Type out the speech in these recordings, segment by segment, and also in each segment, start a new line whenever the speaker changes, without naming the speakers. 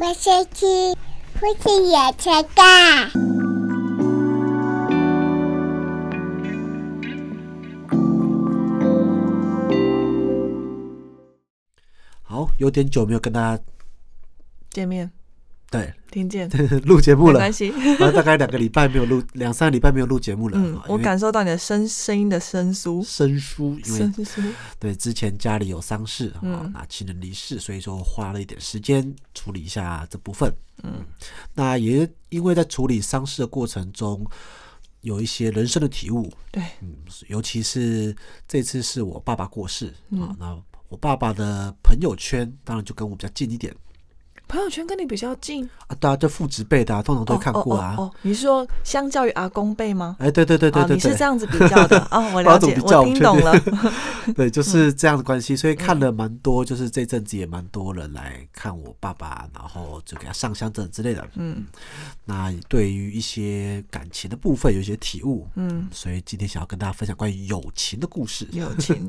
我先去，父亲也才干。
好，有点久没有跟大家
见面
对
听见，
录节目
没
了，
关 系。
然后大概两个礼拜没有录，两三个礼拜没有录节目了。
嗯
啊，
我感受到你的声声音的生疏，
生疏，因为
生疏。
对之前家里有丧事啊，
嗯
那亲人离世，所以说花了一点时间处理一下这部分。嗯，那也因为在处理丧事的过程中，有一些人生的体悟，
对，
嗯，尤其是这次是我爸爸过世、啊
嗯，
那我爸爸的朋友圈当然就跟我比较近一点
朋友圈跟你比较近，
啊，大家这父职辈的、啊、通常都
哦
会看过啊。
哦哦哦，你是说相较于阿公辈吗？
哎，对对对对
啊，
对
你是
对，
这样子比 较的啊，我
不知道
了
怎么
解，
比较
我听懂了
我。对，
嗯
就是这样的关系，所以看了蛮多，就是这阵子也蛮多人来看我爸爸，然后就给他上香等之类的。
嗯
那对于一些感情的部分有一些体悟，
嗯，
所以今天想要跟大家分享关于友情的故事。
友情，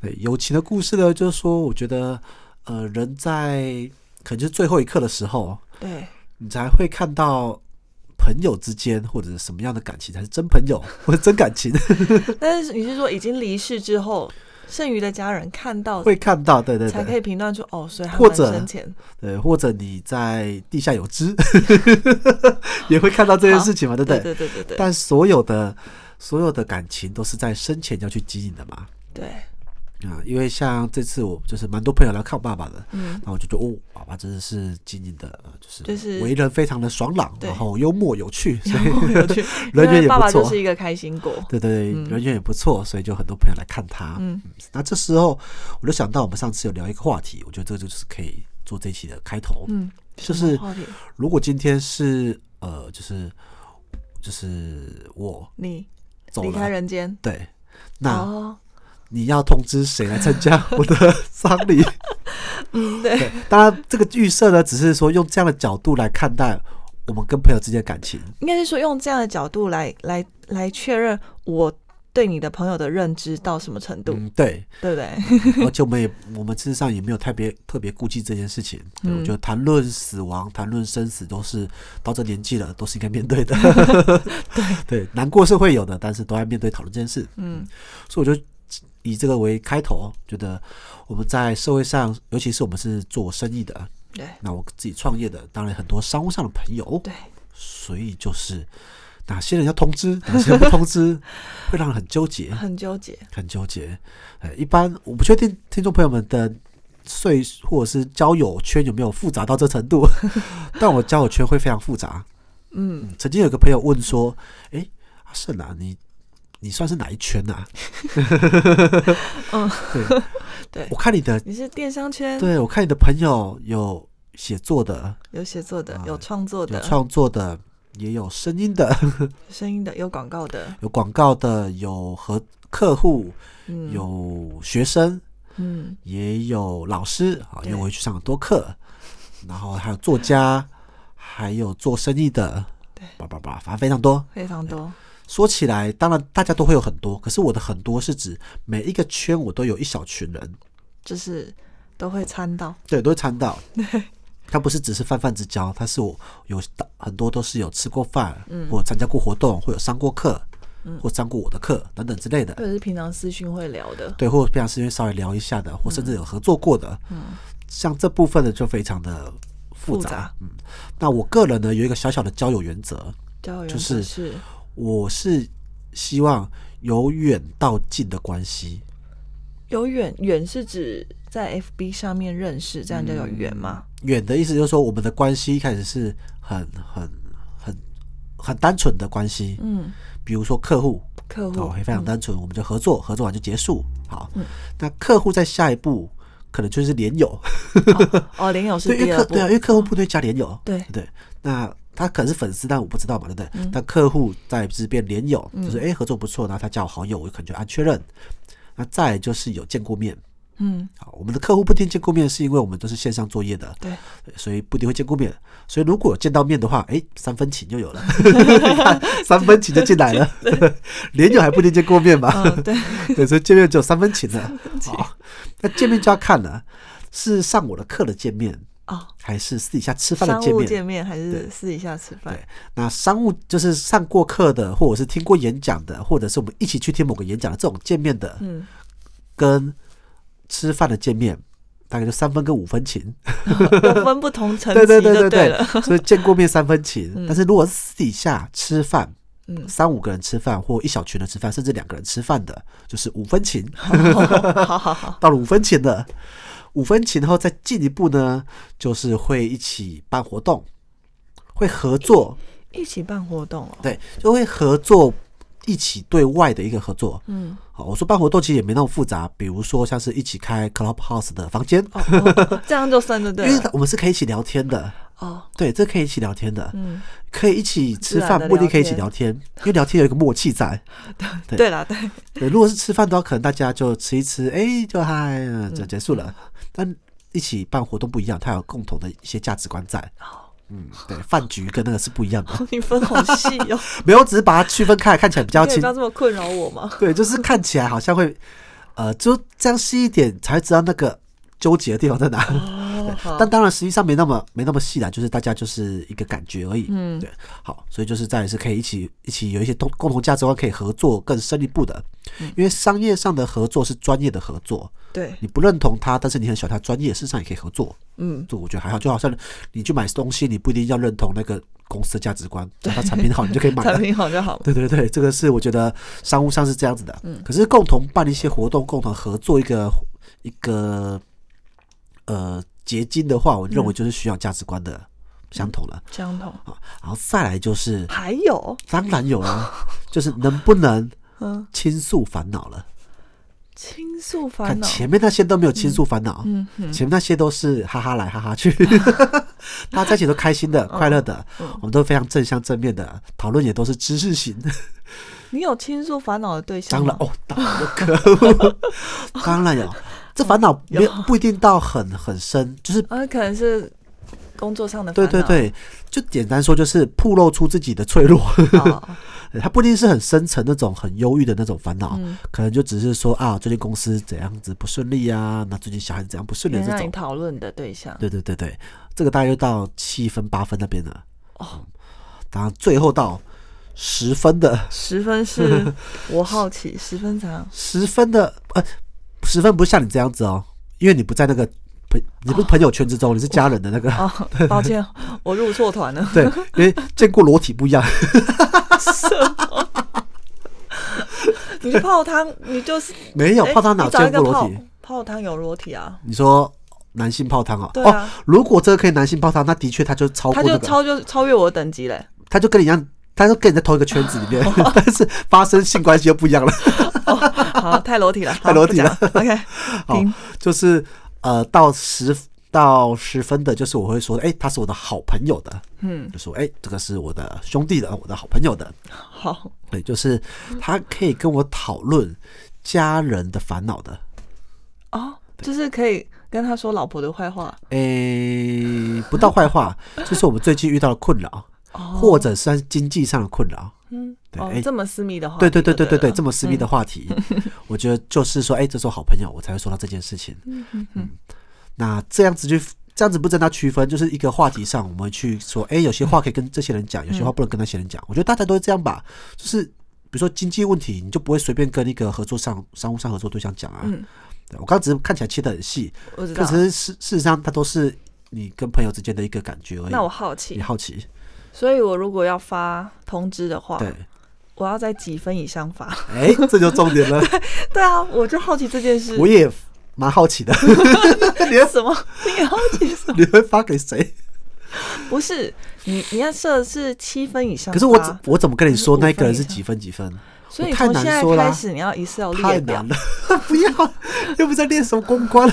对，友情的故事呢，就是说，我觉得，呃，人在可能就是最后一刻的时候，
对，
你才会看到。朋友之间或者是什么样的感情才是真朋友或者真感情，
但是你是说已经离世之后，剩余的家人看到
会看到，对对
才
对
可，以评断出哦，所以他
或
们
者
生前
呃，或者你在地下有知， 也会看到这件事情嘛，对不
对
对？
对对对对
但所有的所有的感情都是在生前要去经营的嘛，
对，
啊、因为像这次我就是蛮多朋友来看我爸爸的，
嗯，
那我就觉得哦，爸爸真的是经营的，呃就是
就是
为人非常的爽朗，
对
然后幽默有趣，所以
有趣，因
人缘
为
也
爸
不
爸就
错，
是一个开心果，
对对对，
嗯
人缘也不错，所以就很多朋友来看他。
嗯
那这时候我就想到我们上次有聊一个话题，我觉得这就是可以做这一期的开头，
嗯，
就是
什么话题
如果今天是呃，就是就是我
你
走
离开
了，
人间，
对，那
哦，
你要通知谁来参加我的丧礼？
嗯，对，
对，当然这个预设呢，只是说用这样的角度来看待我们跟朋友之间的感情。
应该是说用这样的角度来来来确认我对你的朋友的认知到什么程度，
嗯，对，
对不对？
而且我们也我们事实上也没有特别特别顾忌这件事情。对，我
嗯
觉得谈论死亡、谈论生死都是到这年纪了，都是应该面 对的。对对，难过是会有的，但是都要面对讨论这件事。
嗯
所以我就以这个为开头，觉得我们在社会上，尤其是我们是做生意的，
对
那我自己创业的，当然很多商务上的朋友，
对，
所以就是哪些人要通知，哪些人不通知， 会让人很纠结，
很纠结，
很纠结。呃，一般我不确定听众朋友们的。岁数或者是交友圈有没有复杂到这程度？ 但我交友圈会非常复杂。
嗯，
曾经有个朋友问说：“诶，阿胜啊，你你算是哪一圈啊？”
嗯，
对
对
我看你的，
你是电商圈
对我看你的朋友有写作的，
有写作的
啊，
有创作
有
的，
创作的，也有声音的，
有声音的，有广告的，
有广告的，有和客户，
嗯，
有学生，
嗯
也有老师啊，因
对
为我会去上很多课，然后还有作家，还有做生意的，
对，
叭叭叭，反正非常多。
非常多，
说起来，当然大家都会有很多，可是我的很多是指每一个圈我都有一小群人，
就是都会参到，
对，都会参 到。他不是只是泛泛之交，他是我有大很多都是有吃过饭，
嗯
或者参加过活动，或有上过课，
嗯
或上过我的课等等之类的。
或者是平常私讯会聊的，
对，或者平常时间稍微聊一下的，或甚至有合作过的，
嗯，
像这部分呢就非常的复
复
杂。
杂
嗯，那我个人呢有一个小小的交友原则，
交友
就
原则
是
是
我是希望由远到近的关系。
有远远是指在 FB 上面认识，这样叫有远吗？
远的意思就是说，我们的关系一开始是很很很很单纯的关系，
嗯，
比如说客户，
客户
哦，非常
嗯
单纯，我们就合作，合作完就结束。好，那客户在下一步可能就是联友，
哦，林友是
对，因
第
为
二
客
步，嗯
对啊，因为客户不对加联友，
对
对，那他可能是粉丝，但我不知道嘛，对不对？
嗯
但客户在就是变联友，就是哎、诶合作不错，然后他加我好友，我可能就按确认。那再来就是有见过面，
嗯，
好，我们的客户不一定见过面，是因为我们都是线上作业的，
对，
所以不一定会见过面。所以如果有见到面的话，哎、三分情就有了， 你看三分情就进来了，联友还不一定见过面吧？
嗯，对，
对，所以见面只有三分情了。好，那见面就要看了，是上我的课的见面，
哦，
还是私底下吃饭的
商
见
务
面。
见面还是
对
私底下吃饭
对？那商务就是上过课的，或者是听过演讲的，或者是我们一起去听某个演讲的这种见面的，
嗯，
跟吃饭的见面，大概就三分跟五分 情。
有分不同层
对
级
对
就
对对
了。
对， 所以见过面三分情。
嗯
但是如果是私底下吃饭，，
嗯
三五个人吃饭，或一小群人吃饭，甚至两个人吃饭的，就是五分情。
好好好，
到了五分钱了，五分钱后再进一步呢，就是会一起办活动，会合作，
一起办活动哦。
对，就会合作一起对外的一个合作。
嗯，
好，我说办活动其实也没那么复杂，比如说像是一起开 Clubhouse 的房间，
哦 哦，这样就算就
因
对
为
了。
我们是可以一起聊天 的，
哦，
对，这可以一起聊天的，
嗯，
可以一起吃
自然
饭
地，
不一定可以一起
聊
聊天，因为聊天有一个默契 在。对
对了，对，
对，如果是吃饭的话，可能大家就吃一吃，哎、就嗨，嗯就结束了。但一起办活动不一样，它有共同的一些价值观在。嗯，对，饭局跟那个是不一样的。
哦你分好细哦，
没有，我只是把它区分开来，看起来比较
你可以
清
不。要这么困扰 我吗？
对，就是看起来好像会，呃，就这样细一点，才知道那个纠结的地方在哪。
哦，好
但当然，实际上没那么没那么细啦，就是大家就是一个感觉而已。
嗯
对，好，所以就是再来是可以一起一起有一些同共同价值观可以合作更深一步的，
嗯
因为商业上的合作是专业的合作，
对，
你不认同他，但是你很喜欢他专业，事实上也可以合作。
嗯，
这我觉得还好，就好像你去买东西，你不一定要认同那个公司的价值观，只要它产品好，你就可以买了
产。品好就好了。
对对对，这个是我觉得商务上是这样子的。嗯，可是共同办一些活动，共同合作一个一个呃结晶的话，我认为就是需要价值观
嗯
的相同了、
相同，
啊。然后再来就是，
还有，
当然有了， 就是能不能
嗯，
倾诉烦恼了？
倾诉烦
看
恼，
前面那些都没有倾诉烦恼，
嗯哼，
前面那些都是哈哈来哈哈去， 大家在一起都开
嗯
心的、快乐的，我们都非常正向正面的讨论，也都是知识型。
你有倾诉烦恼的对象
当然
吗？
哦，当然有可 恶，当然有。这烦恼没有不一定到很很深，就是
啊，可能是工作上的
哦
烦
对
恼，
对对，就简单说就是曝露出自己的脆弱，
哦，
它不一定是很深层那种很忧郁的那种烦恼，
嗯，
可能就只是说啊，最近公司怎样子不顺利啊，那最近小孩子怎样不顺利
能
这
让你
种。
讨论的对象，
对对对对，这个大概就到七分八分那边了，
哦，
当然最后到十分的
十 分是我好奇，十分怎样？
十分的呃，十分不是像你这样子哦，因为你不在那个朋，你不是朋友圈之中，你是家人的那个。
哦，抱歉，我入错团 了。
对，因为见过裸体不一样，
你去泡汤，你就是
没 有
哎
泡汤哪
你
有
找一
见
个
过裸
泡
体？
泡汤有裸体啊？
你说男性泡汤哦，
对啊
哦，如果这个可以男性泡汤，那的确他就超
他
过
就
这个，
超就超越我的等级嘞。
他就跟你一样，他就跟你在同一个圈子里面，
哦
但是发生性关系又不一样 了。
好，太裸体了，好
太裸体了。
不 讲 OK，
好
停。
哦就是呃，到十到十分的，就是我会说，哎、他是我的好朋友的，
嗯，
就说，哎、这个是我的兄弟的，我的好朋友的，
好，
对，就是他可以跟我讨论家人的烦恼的。
哦，就是可以跟他说老婆的坏话，
诶、不到坏话， 就是我们最近遇到的困扰，或者是经济上的困扰。
哦嗯，
对
哦
哎，
这么私密的话，
对对对对对对，
了
这么私密的话题， 我觉得就是说，哎、这是我好朋友，我才会说到这件事情。嗯那这样子去，这样子不真的区分，就是一个话题上，我们去说，哎、有些话可以跟这些人
嗯
讲，有些话不能跟那些人讲。我觉得大家都是这样吧，就是比如说经济问题，你就不会随便跟一个合作上商务上合作对象讲啊。
嗯
对我刚刚只是看起来切的很细，
我知道
可。是事事实上，它都是你跟朋友之间的一个感觉而已。
那我好奇
也，好奇，
所以我如果要发通知的话，
对，
我要在几分以上发？
哎、这就重点了。
对啊，我就好奇这件事。
我也蛮好奇的，你会
什么？你也好奇什 么？
你会发给谁？
不是你，你要设是七分以上发。
可是我怎我怎么跟你说
五
那个人
分以
是
上
几分几分？
所以
我太
从
难
现在
说啦啊
开始，你要一次要
太
列表
难，了， 不要，又不是在练什么公关，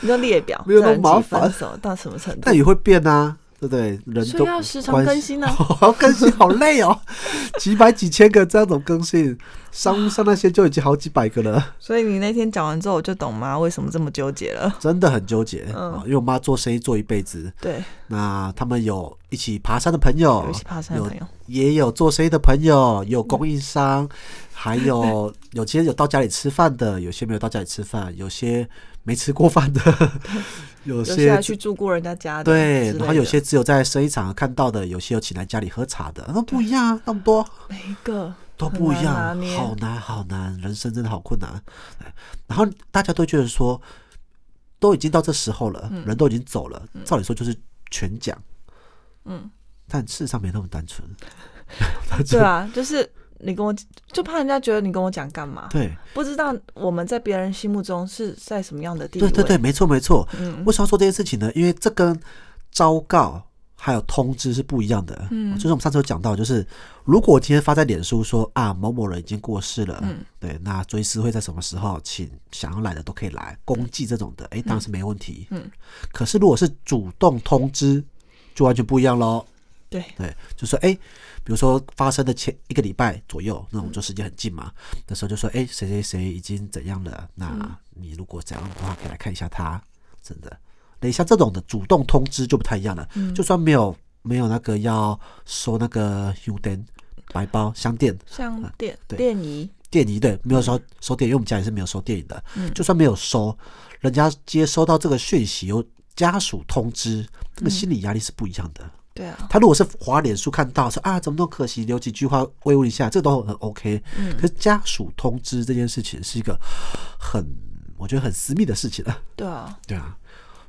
你就列表，
没有那么
自然积
麻
分
烦
什么到什么程度
但？也会变啊，对不对？人
所以
都
要时常
关哦
更 新啊
好更新好累哦， 几百几千个这样怎么更新？商务上那些就已经好几百个了。
所以你那天讲完之后，我就懂妈为什么这么纠 结了。
真的很纠结，
嗯
啊因为我妈做生意做一辈子，
对，
那他们有一起爬山的朋友，
有一起爬山的
哦有
朋友，
也有做生意的朋友，有供应商，还有有些有到家里吃饭的，有些没有到家里吃饭，有些没吃过饭的， 有
有些
些
还去住过人家家的，
对，
之
然后
类
有
的
些只有在生意场看到的，有些有请来家里喝茶的，那不一样啊，那么多
每一 个
都
很
不一
难啊拿
样，
捏
好难好难，人生真的好困难。哎然后大家都觉得说，都已经到这时候了，人都已经走了，照理说就是全奖，
嗯，
但事实上没那么单纯。
对啊，就是你跟我就怕人家觉得你跟我讲干嘛，
对
不知道我们在别人心目中是在什么样的地位，
对对对，，没错没错。
嗯
为什么要说这件事情呢？因为这跟昭告还有通知是不一样的。哦
嗯
就是我们上次有讲到，就是如果我今天发在脸书说啊某某人已经过世了，
嗯
对，那追思会在什么时候，请想要来的都可以来，公祭这种的，哎、当然是没问题。
嗯
可是如果是主动通知，就完全不一样喽。
对，
对，就说哎、诶比如说发生的前一个礼拜左右，那我们就时间很近嘛，那时候就说哎、诶谁谁谁已经怎样了，那你如果怎样的话，可以来看一下他，真的。等一下这种的主动通知就不太一样了，就算没有没有那个要收那个 U 灯白包香店
像电
啊对
电仪，
电影对，没有收收电影，因为我们家也是没有收电影的。
嗯
就算没有收，人家接收到这个讯息，由家属通知，这个心理压力是不一样的。
对啊，
他如果是滑脸书看到说啊，怎么那么可惜，留几句话慰问一下，这都很 OK。
嗯
可是家属通知这件事情是一个很，我觉得很私密的事情啊。
对啊，
对啊，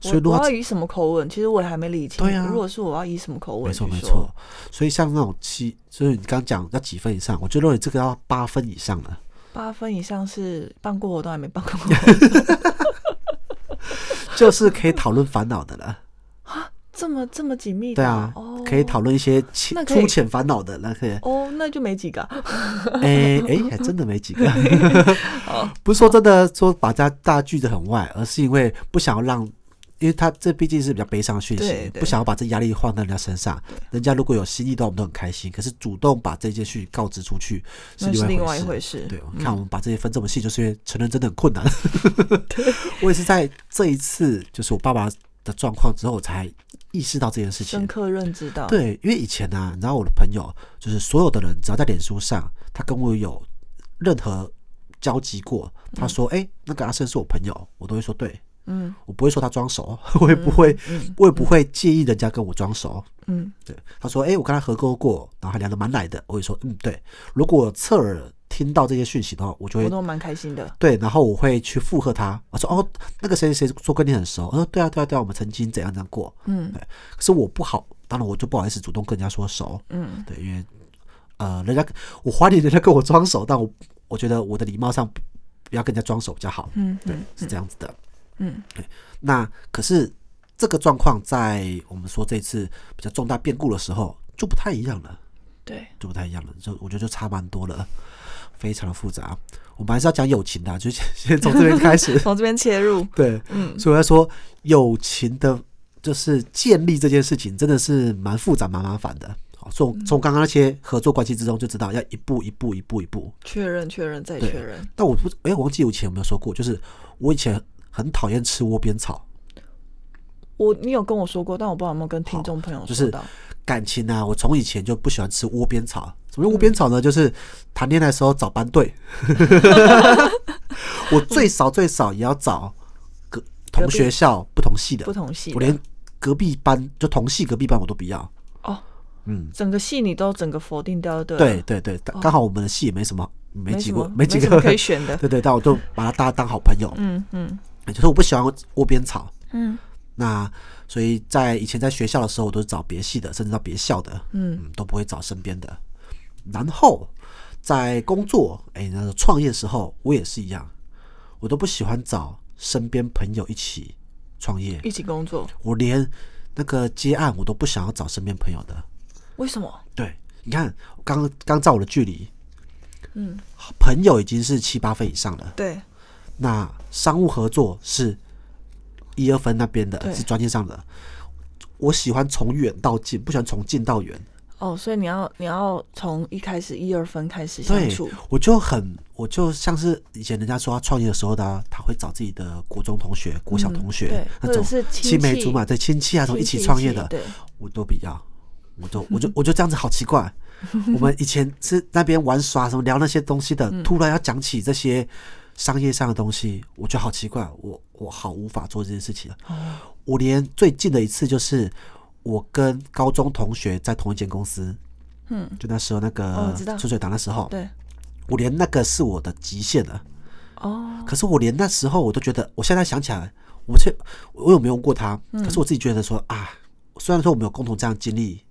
所以
我
如
我要
果
以什么口吻，其实我也还没理清。
对啊
如果是我要以什么口吻
没
去说，
错没错，所以像那种七，就是你刚讲要几分以上，我觉得如果你这个要八分以上了，
八分以上是办过活动还没办过 活动，
就是可以讨论烦恼的了。
这么这么紧密的
对啊，
哦，
可以讨论一些
那
浅
可以
粗浅烦恼的，那可以，
哦，那就没几个啊，
哎哎，还真的没几个。
哦
不是说真的说把大家大家聚得很外，而是因为不想要让，因为他这毕竟是比较悲伤的讯
对
息，
对
不想要把这压力放在人家身上。人家如果有心意的话，我们都很开心。可是主动把这件事情告知出去是
那是另
另
外一
回
回
事。
事。
对，我
嗯
看我们把这些分这么细，就是因为成人真的很困 难。我也是在这一次，就是我爸爸的状况之后，我才意识到这件事情
深。刻认知到，
对，因为以前呢、啊，你知道我的朋友，就是所有的人，只要在脸书上，他跟我有任何交集过，他说：“哎、那个阿胜是我朋友。”我都会说：“对。
嗯”
我不会说他装熟， 我也不会，
嗯
我也不会介意人家跟我装熟。
嗯，
对，他说：“哎、我跟他合作过，然后还聊得蛮来的。”我也说：“嗯，对。”如果侧耳听到这些讯息的话，我就
活
会
动蛮开心的，
对，然后我会去附和他，我说：“哦，那个谁谁谁说跟你很熟。”我说：“对啊，对啊，对啊，我们曾经怎样怎样过。”
嗯
可是我不好，当然我就不好意思主动跟人家说熟。
嗯，
对，因为呃，人家我怀疑人家跟我装熟，但我我觉得我的礼貌上不不要跟人家装熟比较好，
嗯嗯
是这样子的。
嗯，
那可是这个状况在我们说这次比较重大变故的时候就不太一样了，
对，。
就不太一样了，就我觉得就差蛮多了，非常的复杂。我们还是要讲友情的啊、就先先从这边开始
从这边切入，
对，
嗯
所以我要说友情的，就是建立这件事情，真的是蛮复杂、蛮麻烦的。好，从
嗯
从刚刚那些合作关系之中就知道，要一步一步、一步一步。
确认确认再
对
确认，
但我不，哎、我忘记我以前有没有说过，就是我以前很讨厌吃窝边草，
我你有跟我说过，但我不知道有没有跟听众朋友
就
说
是
到，
感情啊，我从以前就不喜欢吃窝边草。什么叫窝边草呢？
嗯
就是谈恋爱的时候找班 队，我最少最少也要找隔同学校不同系的
不，同系的，
我连隔壁班就同系隔壁班我都不要。
哦，
嗯，
整个戏你都整个否定掉，对了哦
对，对对，刚刚好我们的戏也没什么，没几
什
个
么，
没几
什
个
么可以选的，
对对，但我就把它大家当好朋友。哎
嗯嗯
就是我不喜欢窝边草，
嗯
那所以在以前在学校的时候，我都是找别系的，甚至到别校的，
嗯
嗯，都不会找身边的。然后在工作，哎，那个创业时候，我也是一样，我都不喜欢找身边朋友一起创业，
一起工作，
我连那个接案我都不想要找身边朋友的。
为什么？
对，你看，刚刚照我的距离，
嗯，
朋友已经是七八分以上了，
对，
那商务合作是一二分那边
对
的，是专业上的。我喜欢从远到近，不喜欢从近到远。
哦，所以你要你要从一开始一二分开始相
对
处，，
我就很，我就像是以前人家说他创业的时候的啊、他会找自己的国中同学、国小同学、
嗯对
那
或者
种
是亲
青梅
戚
竹马对亲戚啊，
亲
从一起
戚
创业的，
对，
我都比较，我就我就我就这样子好奇 怪。
嗯
我们以前是那边玩耍什么聊那些东西的，突然要讲起这些商业上的东西，我觉得好奇怪，我我好无法做这件事情。啊
哦
我连最近的一次就是我跟高中同学在同一间公司，
嗯，
就那时候那
哦
个
我知道
春水堂那时候，
对，
我连那个是我的极限了。
哦，
可是我连那时候我都觉得，我现在想起来，我却我有没有问过他？
嗯
可是我自己觉得说啊，虽然说我们有共同这样经历，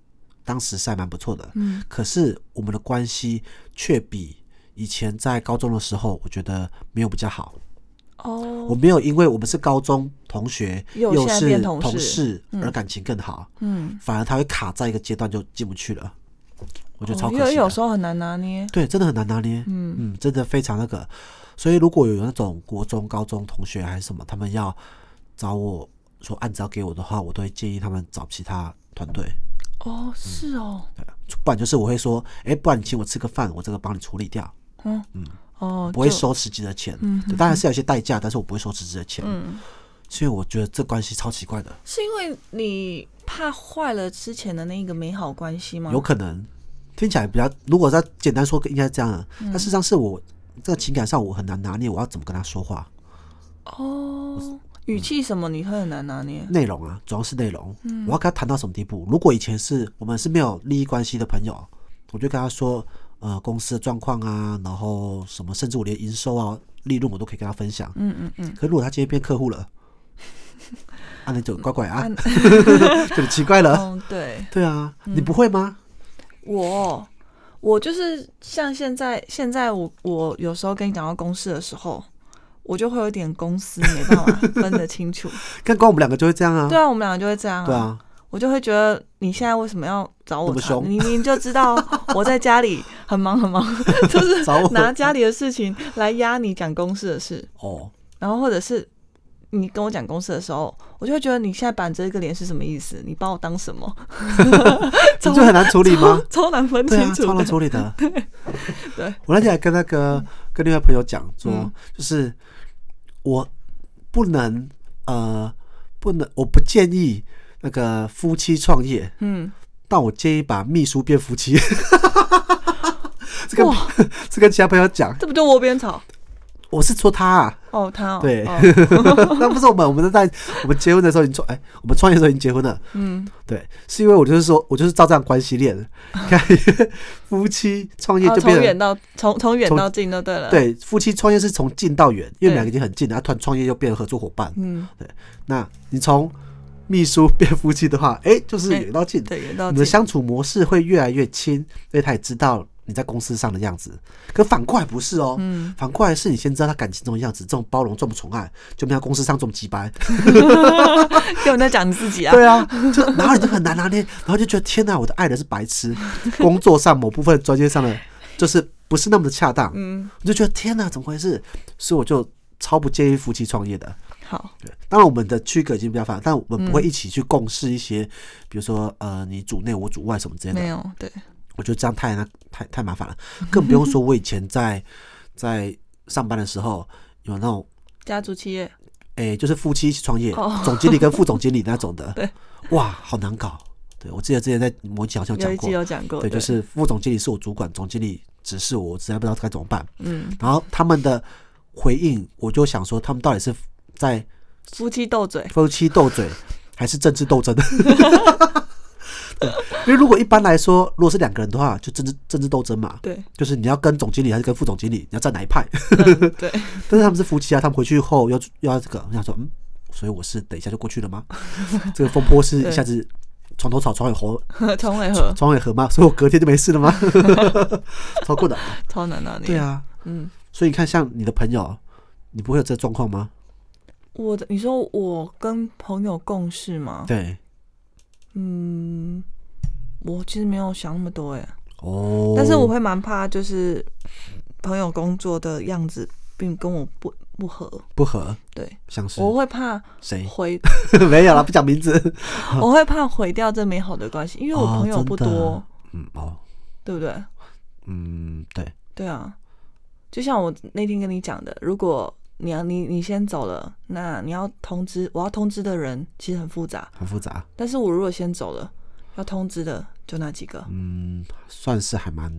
当时是还蛮不错的，
嗯，
可是我们的关系却比以前在高中的时候，我觉得没有比较好。我
哦，
没有因为我们是高中同学，
又
又
现在
是
变同
同
事
事
嗯
而感情更好，
嗯，
反而他会卡在一个阶段就进不去了，我觉得超
哦
可
因为
惜
有
的。
时候很难拿捏，
对，真的很难拿捏。
嗯
嗯，真的非常那个。所以如果有那种国中、高中同学还是什么，他们要找我说按照给我的话，我都会建议他们找其他团队。
哦，
嗯
是哦，
对，不然就是我会说，哎、不然你请我吃个饭，我这个帮你处理掉，
嗯嗯，哦，
不会
就，
收实际的钱。
嗯
对当然是有一些代价，但是我不会收实际的钱，
嗯，
所以我觉得这关系超奇怪的，
是因为你怕坏了之前的那一个美好关系吗？
有可能听起来比较，如果再简单说，应该是这样的。
嗯
但事实上是我这个情感上我很难拿捏，我要怎么跟他说话？
哦，语气什么你会很难拿捏，
内容啊，主要是内容。
嗯
我要跟他谈到什么地步？如果以前是我们是没有利益关系的朋友，我就跟他说，呃，公司的状况啊，然后什么，甚至我连营收啊、利润我都可以跟他分享。
嗯嗯嗯，
可如果他今天变客户了，啊，那就乖乖 啊
嗯，
就很奇怪了。
哦，对
对啊，你不会吗？
我。我就是像现在，现在我我有时候跟你讲到公事的时候，我就会有点公司没办法分得清楚。
看光我们两个就会这样啊
对。啊，我们两个就会这样
对啊，
我就会觉得你现在为什么要找我
那么
谈
凶
你你就知道我在家里很忙 很忙，就是
找我
拿家里的事情来压你讲公事的事，
哦，
然后或者是你跟我讲公事的时候，我就会觉得你现在板着一个脸是什么意思？你把我当什么？
你就很难处理吗？
超难分
对
清
啊，
楚
超
的。
难处理 的。
对，
我那天还跟那个跟另外朋友讲说，
嗯
就是我不能呃不能，我不建议那个夫妻创业，
嗯，
但我建议把秘书变夫妻。 这跟
哇，
这跟其他朋友讲，
这不就窝边草？
我是说他、 啊，
哦，他哦
对
哦
那不是我们，我们是在我们结婚的时候已经创，哎，我们创业的时候已经结婚了，
嗯，
对，是因为我就是说我就是照这样关系链， 你看夫妻创业
哦
就
从
变成
远到从从远
从
到近就对了。，
对，夫妻创业是从近到远，因为我们两个
对
已经很近了，然后突然创业又变成合作伙伴。
嗯，
那你从秘书变夫妻的话， 哎、就是
哎
远到近，
对，远到
你的
近。
相处模式会越来越亲，因为他也知道你在公司上的样子。可反过来不是哦，
嗯，
反过来是你先知道他感情中的样子，这种包容、这么宠爱，就没有在公司上这么鸡 掰。
给我在讲你自己啊。
对啊，就然后你就很难拿捏，然后就觉得天哪，我的爱人是白痴，工作上某部分专业上的就是不是那么的恰当，
嗯，
我就觉得天哪，怎么回事？所以我就超不建议夫妻创业的。
好。
对，当然我们的区隔已经比较反，但我们不会
嗯
一起去共事一些，比如说呃，你主内我主外什么之类
没
的。
有，对，
我觉得这样太那太太麻烦了，更不用说我以前在在上班的时候有那种
家族企业
哎、就是夫妻一起创业，
哦，
总经理跟副总经理那种的
对，
哇，好难搞。对我记得之前在某一集好像有
有
讲
一集
过，
有讲过，
对，就是副总经理是我主管，总经理只是我，我实在不知道该怎么办。
嗯，
然后他们的回应，我就想说，他们到底是在
夫妻斗嘴，
夫妻斗 嘴，还是政治斗 争？对因为如果一般来说，如果是两个人的话，就政治政治斗争嘛，
对，
就是你要跟总经理还是跟副总经理，你要站哪一派？
嗯对，
但是他们是夫妻啊，他们回去后要要这个，我想说，嗯，所以我是等一下就过去了吗？ 这个风波是一下子床头吵，床尾和，
重尾和
床尾和吗？所以我隔天就没事了吗？ 超困难。
超难拿捏，
对，啊，
嗯，
所以你看，像你的朋友，你不会有这状况吗？
我的，你说我跟朋友共事吗？
对，
嗯，我其实没有想那么多哎，
哦，
但是我会蛮怕，就是朋友工作的样子并跟我不不合，
不合，
对，
像是
我会怕
谁
毁，
没有啦，不讲名 字。
我会怕毁掉这美好的关系，因为我
哦
朋友
真
不
的
多，
嗯，哦，
对不对？
嗯，对，
对啊，就像我那天跟你讲的，如果你要你你先走了，那你要通知我要通知的人其实很复杂，
很复杂，
但是我如果先走了，要通知的就那几个，
嗯，算是还蛮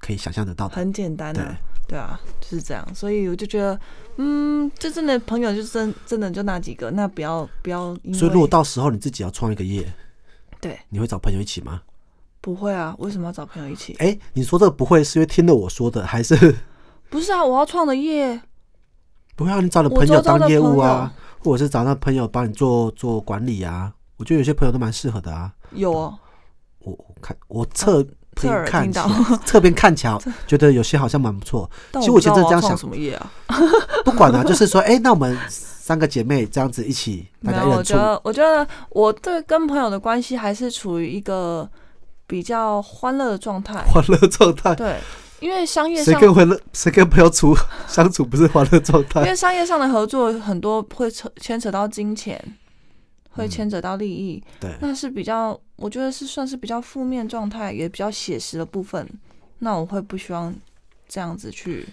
可以想象得到的。
很简单啊。对啊，就是这样。所以我就觉得，嗯，就真的朋友就真真的就那几个，那不要不要因为
所以如果到时候你自己要创一个业，
对
你会找朋友一起吗？
不会啊，为什么要找朋友一起？
哎、你说这个不会是因为听了我说的，还是
不是啊，我要创的业，
不会啊？你找你
我
朋友
周遭的
当业务啊
朋，
或者是找那朋友帮你做做管理啊？我觉得有些朋友都蛮适合的啊。
有哦，
我我看我侧
侧
边
耳
看
听
起
到，
侧边看起 来，觉得有些好像蛮不错。
但
其实我
我不
以
知道
前真的
我
这样
要创
想，
什么业啊？
不管了、就是说，哎、那我们三个姐妹这样子一起，大
没
家
有，
一
我
人
觉
出，
得我觉得我对跟朋友的关系还是处于一个比较欢乐的状 态，
欢乐状态。
对，因为商业
谁
上
跟欢乐，谁跟朋友处 相处不是欢乐状
因
态？
为商业上的合作很多会扯牵扯到金钱，会牵扯到利益，
嗯对，
那是比较，我觉得是算是比较负面状态，也比较写实的部分。那我会不希望这样子去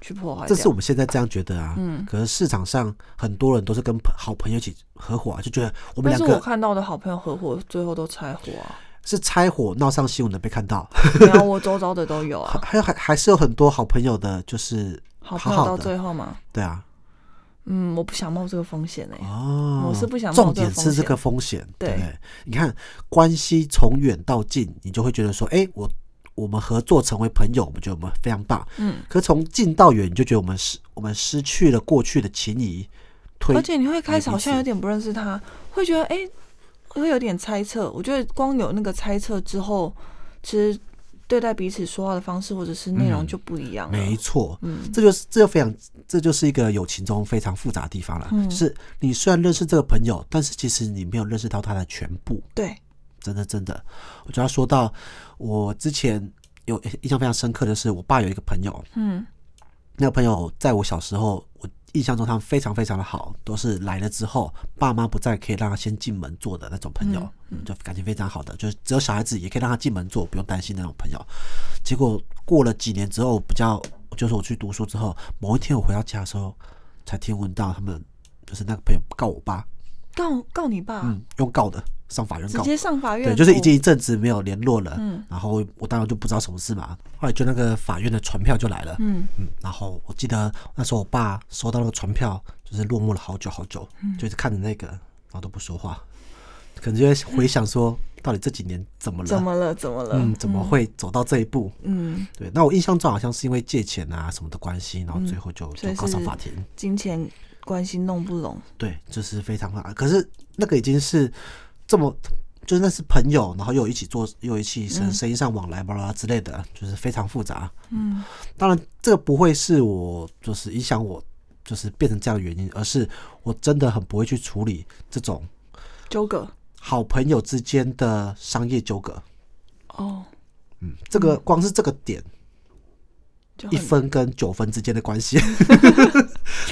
去破坏
这
掉。
是我们现在这样觉得啊。
嗯，
可是市场上很多人都是跟朋好朋友一起合伙、啊，就觉得我们两
但是我
个
看到的好朋友合伙最后都拆伙啊，
是拆伙闹上新闻的被看到，
然后我周遭的都有
还
啊，
还有还还是有很多好朋友的，就是
好朋 友
好
到
的
最后嘛，
对啊，
嗯，我不想冒这个风险哎、
哦，
我是不想冒
重点
这个
是
风
这
险
个风险，对
对
不对？你看关系从远到近，你就会觉得说，哎，我我们合作成为朋友，我们觉得我们非常棒。
嗯，
可从近到远，你就觉得我们失我们失去了过去的情谊，推
而且你会开始
你
好
彼此
像有点不认识他，会觉得哎、会有点猜测。我觉得光有那个猜测之后，其实对待彼此说话的方式或者是内容
嗯
就不一样了。
没错，
嗯，
这就是这就非常这就是一个友情中非常复杂的地方了。
嗯
就是你虽然认识这个朋友，但是其实你没有认识到他的全部。
对，
真的真的，我就要说到我之前有印象非常深刻的是，我爸有一个朋友，
嗯
那个朋友在我小时候，我印象中他们非常非常的好，都是来了之后爸妈不在，可以让他先进门坐的那种朋友，嗯就感情非常好的，就是只有小孩子也可以让他进门坐，不用担心那种朋友。结果过了几年之后，比较就是我去读书之后，某一天我回到家的时候，才听闻到他们就是那个朋友告我爸，
告告你爸，
嗯，用告的上法院
啊直
告，
接上法院，
对，就是已
哦
经一阵子没有联络了，
嗯
然后我当然就不知道什么事嘛，后来就那个法院的传票就来了，
嗯
嗯，然后我记得那时候我爸收到那个传票，就是落寞了好久好久，就是看着那个，然后都不说话，可能就在回想说，到底这几年怎么了？
怎么了？怎么了？
嗯，怎么会走到这一步？
嗯？嗯，
对，那我印象中好像是因为借钱啊什么的关系，然后最后就、
所
就
以
告上
是
法庭。
金钱关系弄不拢，
对，就是非常啊。可是那个已经是这么，就是那是朋友，然后又一起做，又一起生生意上往来巴拉巴拉之类的，就是非常复杂。
嗯
当然，这个不会是我就是影响我就是变成这样的原因，而是我真的很不会去处理这种
纠葛
好朋友之间的商业纠葛。
哦，
嗯，这个光是这个点，
就
一
很
分跟九分之间的关 系，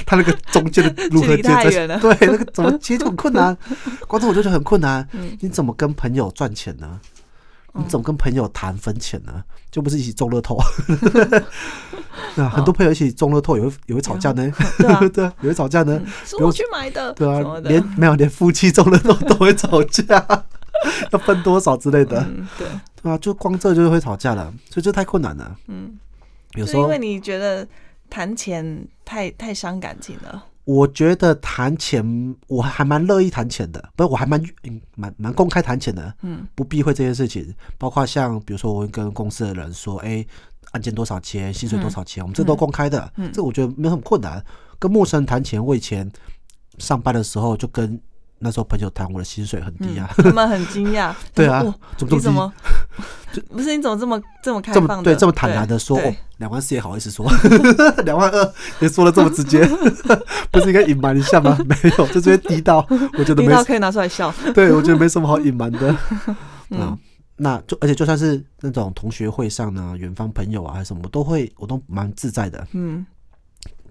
他那个中间的如何
距离
界
太
在
远了
对，那个怎么其实就很困难。 光这我就觉得很困难。
嗯
你怎么跟朋友赚钱呢？你
哦
怎么跟朋友谈分钱呢？就不是一起中乐 透？ 对啊，很多朋友一起中乐透也会也会吵架呢。
对 啊
对啊，也会吵架呢。
是
不用
我去买的，
对
什
啊
么，的
连没有连夫妻中乐透都会吵架， 要分多少之类的。
嗯对，
对啊，就光这就会吵架了，所以这太困难了。
嗯。
有时
是因
候
为你觉得谈钱太太伤感情了，
我觉得谈钱，我还蛮乐意谈钱的，不是，我还蛮嗯蛮蛮公开谈钱的，
嗯，
不避讳这件事情。包括像比如说，我会跟公司的人说，哎、案件多少钱，薪水多少钱，我们这都公开的，
嗯
这我觉得没有很困难。跟陌生人谈钱，我以前上班的时候就跟那时候朋友谈我的薪水很低啊，，
嗯他们很惊讶
对啊
他说哦，
怎么这
你怎
么
么不是你怎么这 么这么开
这
放
么
的？
对这么坦然的说，
对
哦，两万四也好意思说， 两万二也说的这么直接， 不是应该隐瞒一下吗？ 没有，就直接低到，我觉得
听
没
到可以拿出来 笑，
对，我觉得没什么好隐瞒的。嗯
嗯，
那就而且就算是那种同学会上呢，远方朋友啊还是什么，我都会我都蛮自在的。
嗯，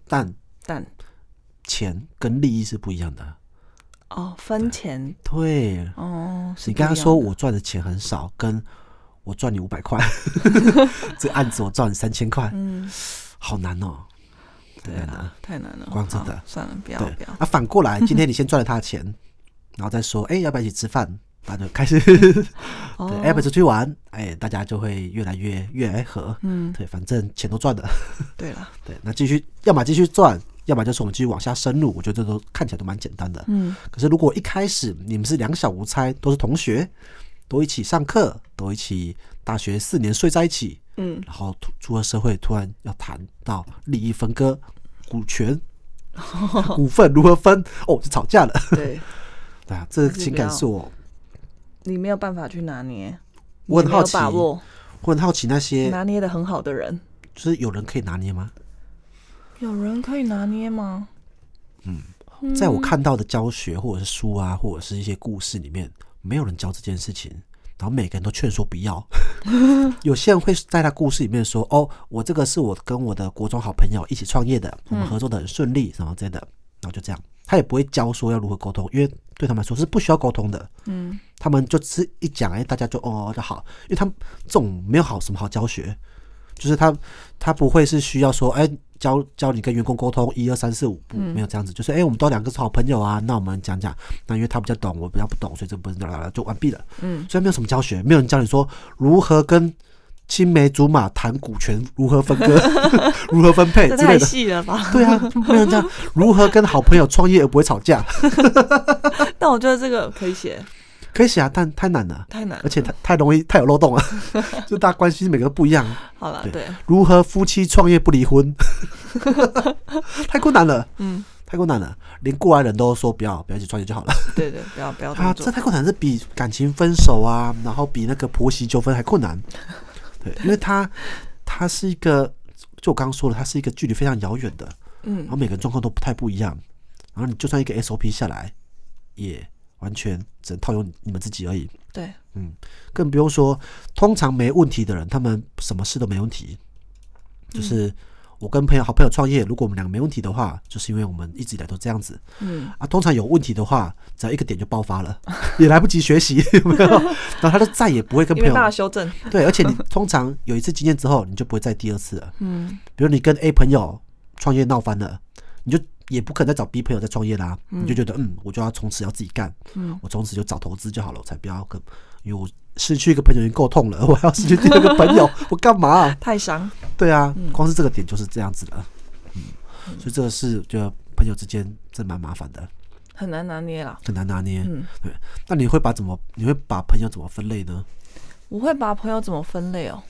但
但
钱跟利益是不一样的。
哦，分钱
对
哦，是
你
不
跟
一
他
样
说
的
我赚的钱很少，跟我赚你五百块， 这案子我赚你三千块，
嗯，
好难哦。对
对
啊
啊，太难了，
光这
好
个
算了，不要
对
不要，
啊，反过来，今天你先赚了他的钱，然后再说，哎、要不要一起吃饭？大家开始
哦
对哎 app 出去玩，哎，大家就会越来越越来越合。
嗯，
对，反正钱都赚了，
对了，
对，那继续，要么继续赚，要么就是我们继续往下深入。我觉得这都看起来都蛮简单的。
嗯，
可是如果一开始你们是两小无猜，都是同学，都一起上课，都一起大学四年睡在一起，
嗯，
然后突出了社会，突然要谈到利益分割、股 权、股份如何分，哦，就吵架了。
对，
对啊，这个
还是
情
不
感
要
是我
你没有办法去拿捏，
我很
你没有
好奇哎
把握
我很好奇，那些
拿捏的很好的人，
就是有人可以拿捏吗？
有人可以拿捏吗？
在我看到的教学或者是书啊，或者是一些故事里面，没有人教这件事情，然后每个人都劝说不要。 有些人会在他故事里面说：“哦，我这个是我跟我的国中好朋友一起创业的，我们合作的很顺利，什么之类的。”然后就这样，他也不会教说要如何沟通，因为对他们来说是不需要沟通的。
嗯，
他们就只一讲，哎，大家就哦哦就好，因为他们这种没有好什么好教学，就是他他不会是需要说，哎，教教你跟员工沟通一二三四五步，没有这样子，就是哎，我们都两个是好朋友啊，那我们讲讲，那因为他比较懂，我比较不懂，所以这不是啦啦啦就完毕了，
嗯，
所以没有什么教学，没有人教你说如何跟青梅竹马谈股权如何分割，如何分配
这
哎之类
太
的。
细了吧？
对啊，没有人教如何跟好朋友创业而不会吵架，
但我觉得这个可以写，
可以写啊，但太难了。
太难
而。且太太容易太有漏 洞了，就大家关系每个都不一样。
好了，
哎对
对，
如何夫妻创业不离婚？ 太困难了，
嗯，
太困难了，连过来人都说不要不要一起创业就好了。
对对，不要不要这
啊，
么
这
做。
太困难，这比感情分手啊，然后比那个婆媳纠纷还困 难。对，因为它它是一个，就我刚刚说了，它是一个距离非常遥远的，
嗯
然后每个人状况都不太不一样，然后你就算一个 SOP 下来，也完全只能套用你们自己而已。
对，
更不用说，通常没问题的人，他们什么事都没问题。就是我跟朋友、好朋友创业，如果我们两个没问题的话，就是因为我们一直以来都这样子
嗯，
啊。通常有问题的话，只要一个点就爆发了，也来不及学习，有没有？然后他就再也不会跟
你
朋
没办法
友
修正。
对，而且你通常有一次经验之后，你就不会再第二次了。
嗯
比如你跟 A 朋友创业闹翻了，你就也不可能再找 B 朋友再创业啦，你就觉得嗯，我就要从此要自己干，
嗯
我从此就找投资就好了，我才不要跟，因为我失去一个朋友已经够痛了，我还要失去第二个朋友，我干嘛、
太伤。
对啊，
嗯
光是这个点就是这样子的，嗯，所以这个是觉得朋友之间真蛮麻烦的，
很难拿捏啦。
很难拿捏。
嗯，
对，那你会把怎么你会把朋友怎么分类呢？
我会把朋友怎么分类哦？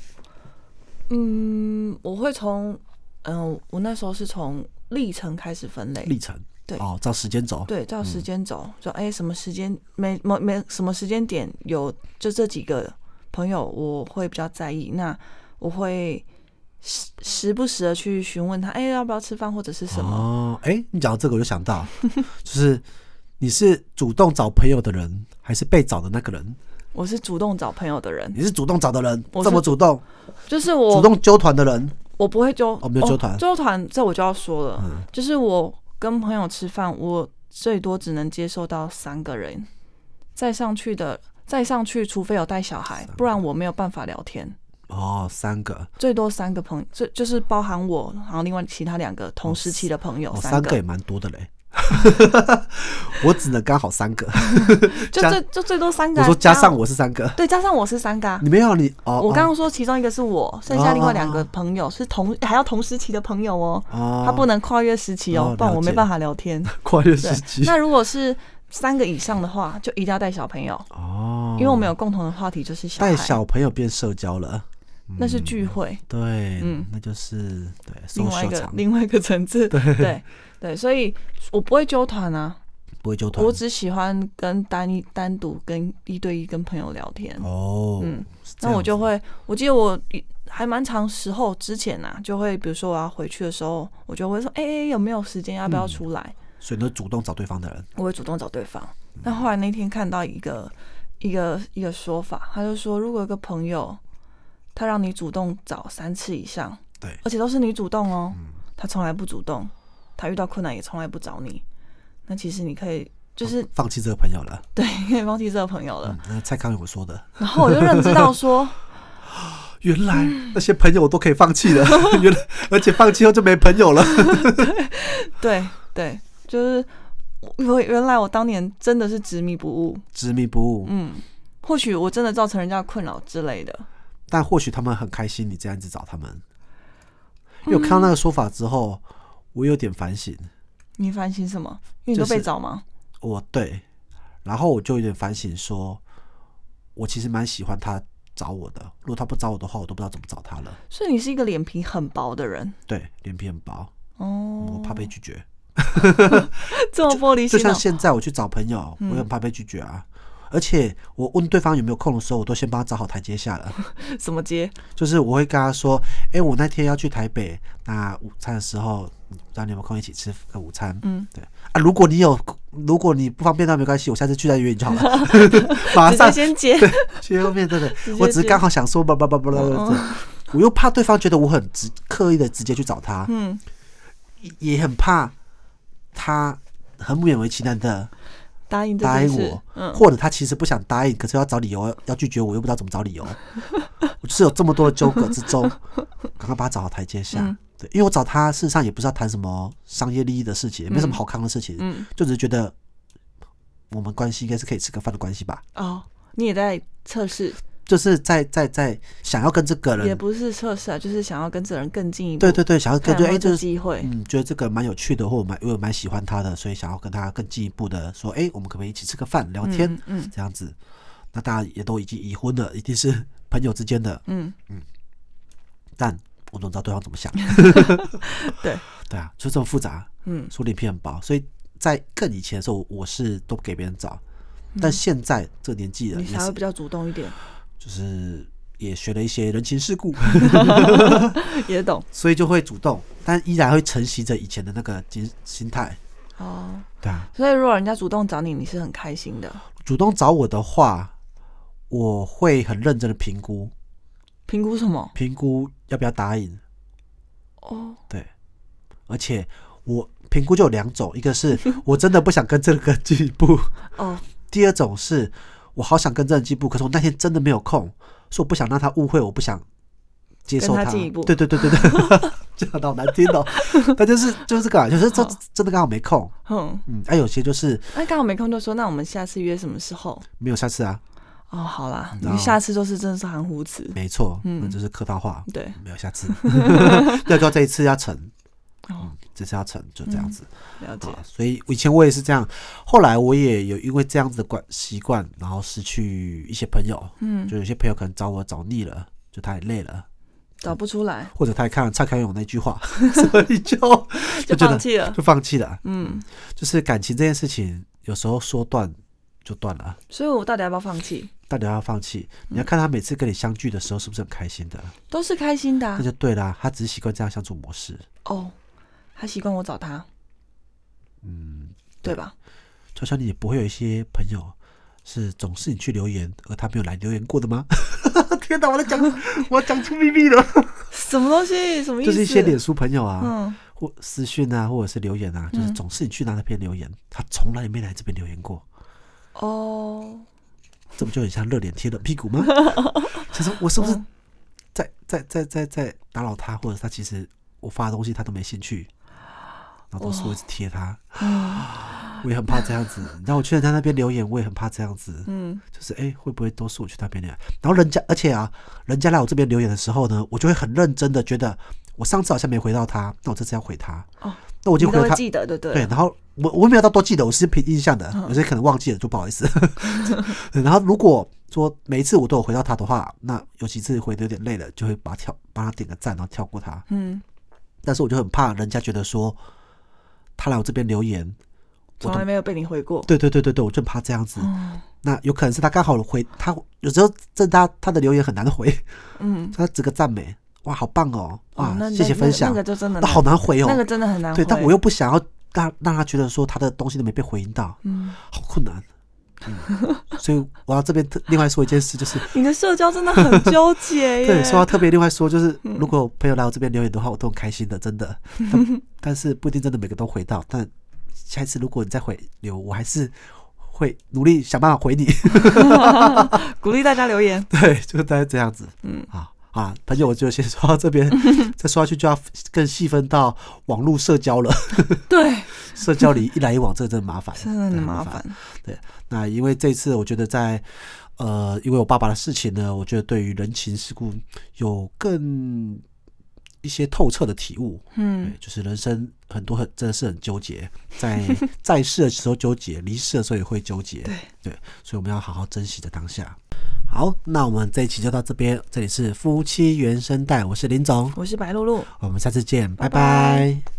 嗯，我会从嗯，我那时候是从历程开始分类，
历程，嗯
对
哦，照时间走，
对，照时间走，说哎、什么时间每某每什么时间点有就这几个朋友，我会比较在意。那我会时时不时的去询问他，哎、要不要吃饭或者是什么？
哦，哎、你讲到这个我就想到， 就是你是主动找朋友的人，还是被找的那个人？
我是主动找朋友的人，
你是主动找的人，
我
这
是
么主动，
就是
主
我
动揪团的人，
我不会揪，
哦没有揪团
揪团这我就要说了，
嗯
就是我跟朋友吃饭，我最多只能接受到三个人，再上去的再上去，除非有带小孩，不然我没有办法聊天。
哦，三个，
最多三个朋友，这就是包含我，然后另外其他两个同时期的朋友，
哦，
三
三个也蛮多的嘞。 我只能刚好三个，
就
加
最就最多三个
我
啊、
说加上我是三个，
对，加上我是三个、啊。
你没有你哦，
我
哦
刚刚说其中一个是我，剩下另
哦哦哦
外两个朋友是同还要同时期的朋友哦，
哦，
他不能跨越时期
哦
哦，不然我
了解
没办法 聊天。
跨越
对
时期，
那如果是三个以上的话，就一定要带小朋友，
哦，
因为我们有共同的话题就是小孩，
带小朋友变社交了，
那是聚会，
对，
嗯
那就是对，
另外一
social
个
嗯场
另外一个层次，对对所以我不会纠团啊，
不会揪团
我，只喜欢跟单一单独跟一对一跟朋友聊天，
哦，
嗯
是这
那我
样
就
子
会，我记得我一还蛮长时候之前啊，就会比如说我要回去的时候，我就会说，哎、有没有时间，要
嗯
不要出来？
所以你都主动找对方的人，
我会主动找对方。但后来那天看到一个一个一个说法，他就说，如果有个朋友他让你主动找三次以上，
对嗯
而且都是你主动哦，他从来不主动，他遇到困难也从来不找你，那其实你可以就是、
放弃这个朋友了。
对，可以放弃这个朋友了
哦嗯。，那蔡康永说的，
然后我就认知到说，
原来那些朋友我都可以放 弃了，原来而且放弃后就没朋友了。
对对，就是我原来我当年真的是执迷不悟，
执迷不悟。
嗯，或许我真的造成人家的困扰之类的。
但或许他们很开心你这样子找他们，因为我看到那个说法之后，我有点反省。
你反省什么？因为你都
就是
被找吗？
我哦对，然后我就有点反省说，我其实蛮喜欢他找我的。如果他不找我的话，我都不知道怎么找他了。
所以你是一个脸皮很薄的人
对，脸皮很薄，我
哦，
怕被拒绝。
这么玻璃
就
心
像
哦。嗯
现在我去找朋友，我也很怕被拒绝啊。而且我问对方有没有空的时候，我都先帮他找好台阶 下了。
什么街？
就是我会跟他说，哎、我那天要去台北，那午餐的时候，嗯不知道你有没有空一起吃个午餐？
嗯，
对啊，如果你有，如果你不方便那没关系，我下次去再约你就好 了。 马
直
啊上
接先接。
去后面，对对
直接哦
我只是
接
刚好想说，叭叭叭叭叭叭，对我又怕对方觉得我很直刻意的直接去找他，
嗯，
也很怕他很勉为其难的
答应这
答
件
应
事
我，
嗯，
或者他其实不想答应，可是要找理由要拒绝我，又不知道怎么找理由。 我就是有这么多的纠葛之中，赶快把他找好台阶下。
嗯
对，因为我找他事实上也不是要谈什么商业利益的事情，也没什么好康的事情，
嗯
就只是觉得我们关系应该是可以吃个饭的关系吧。
哦，你也在测试，
就是在在在想要跟这个
也
人，
不是测试啊，就是想要跟这人更进一步，
对对对，想要跟
看
就
有
哎、
没有
就
这
是。
机会。
嗯，觉得这个蛮有趣的，或我蛮我也蛮喜欢他的，所以想要跟他更进一步的说，哎、我们可不可以一起吃个饭聊天、
嗯嗯
这样子？那大家也都已经已婚了，一 定是朋友之间的，
嗯，
但我总知道对方怎么想。
对
对啊，就这么复杂，
嗯，
说脸皮很薄，所以在更以前的时候，我是都给别人找，但现在这个年纪了，
嗯你
也
才会
是
比较主动 一点，
就是也学了一些人情世故，
也懂
所以就会主动，但依然会承袭着以前的那个心心态。
哦。
对啊，
所以如果人家主动找你，你是很开心的。
主动找我的话，我会很认真的评估，
评估什么？
评估要不要答应，
哦，
对，而且我评估就有两种，一个 是我真的不想跟这个进一步，
哦，
第二种是我好想跟这人进步，可是我那天真的没有空，所以我不想让他误会，我不想接受
跟他进一步
对对对对 对，这样好难听哦。但就是就是这个啊，就是这
好
真的刚好没空。
哼，
嗯，哎、有些就是
那刚好没空就说，那我们下次约什么时候？
没有下次啊，
哦，好啦，
然后
你下次都是真的是含糊词，
没错，
嗯
那就是客套 话，
对，
没有下次， 要要这一次要成，
哦，
这次要成，就这样子。
了解，
啊，所以以前我也是这样，后来我也有因为这样子的惯习惯，然后失去一些朋友，
嗯，
就有些朋友可能找我找腻了，就他也累了，
找不出来
或者他也看了蔡康永那句话，所以就
就
觉
放
得
弃了，
就放弃了。
嗯，
就是感情这件事情，有时候说断就断了，
所以我到底要不要放弃？
到底要不要放弃？你要看他每次跟你相聚的时候是不是很开心的，
都是开心的啊
那就对啦。他只是习惯这样相处模式，
哦，他习惯我找他，
嗯，
对吧？
就像你也不会有一些朋友是总是你去留言，而他没有来留言过的吗？ 天哪，我在讲， 我要讲出秘密了。
什么东西？什么意
就
思？
是一些脸书朋友啊，
嗯，
或私讯啊，或者是留言啊，就是总是你去他那边留言，他从来也没来这边留言过，
哦，
这不就很像热脸贴冷屁 股吗？其实我是不是
嗯
在在在在在打扰他，或者他其实我发的东西他都没兴趣，然后都是我一直贴他，我也很怕这样子。然后我去人家那边留言，我也很怕这样子，
嗯，
就是哎、诶会不会都是我去那边留言？然后人家，而且啊，人家来我这边留言的时候呢，我就会很认真的觉得，我上次好像没回到他，那我这次要回他。
哦，
那我
你
就
都
回了
会
他，
记得，嗯对不
对，
对？
然后我我没有到多记得，我是凭印象的，有些可能忘记了，就不好意 思。然后如果说每一次我都有回到他的话，那有几次回的有点累了，就会把他跳，帮他点个赞，然后跳过他。
嗯，
但是我就很怕人家觉得说他来我这边留言，
从来没有被你回过。
对对对对对，我就很怕这样子。
嗯
那有可能是他刚好回他，有时候正他他的留言很难回，
嗯，
他只个赞美，哇，好棒哦，哇，
哦那
谢谢
那
分享，
那个就真的
那好难回哦。
那个真的很难回。
对，但我又不想要让让他觉得说他的东西都没被回应到，
嗯，
好困难。嗯、 所以我要这边特另外说一件事，就是
你的社交真的很纠结 耶。
对，说 要特别另外说，就是
嗯
如果朋友来我这边留言的话，我都很开心的，真 的。但但是不一定真的每个都回到，但下一次如果你再回留，我还是会努力想办法回你。
鼓励大家留言。
对，就是大概这样子。嗯啊，啊，朋友，我就先说到这 边，再说下去就要更细分到网络社交了。
对，
社交里一来一往，这真的麻烦，
真的很
很
麻
烦
烦。。
那因为这次我觉得在呃，因为我爸爸的事情呢，我觉得对于人情世故有更一些透彻的体悟。对
嗯，，
就是人生很多很真的是很纠 结，在在世的时候纠结，离世的时候也会纠结。
对
所以我们要好好珍惜的当下。好，那我们这一期就到这边，这里是夫妻原声带，我是林总，
我是白露露。
我们下次见，拜
拜
拜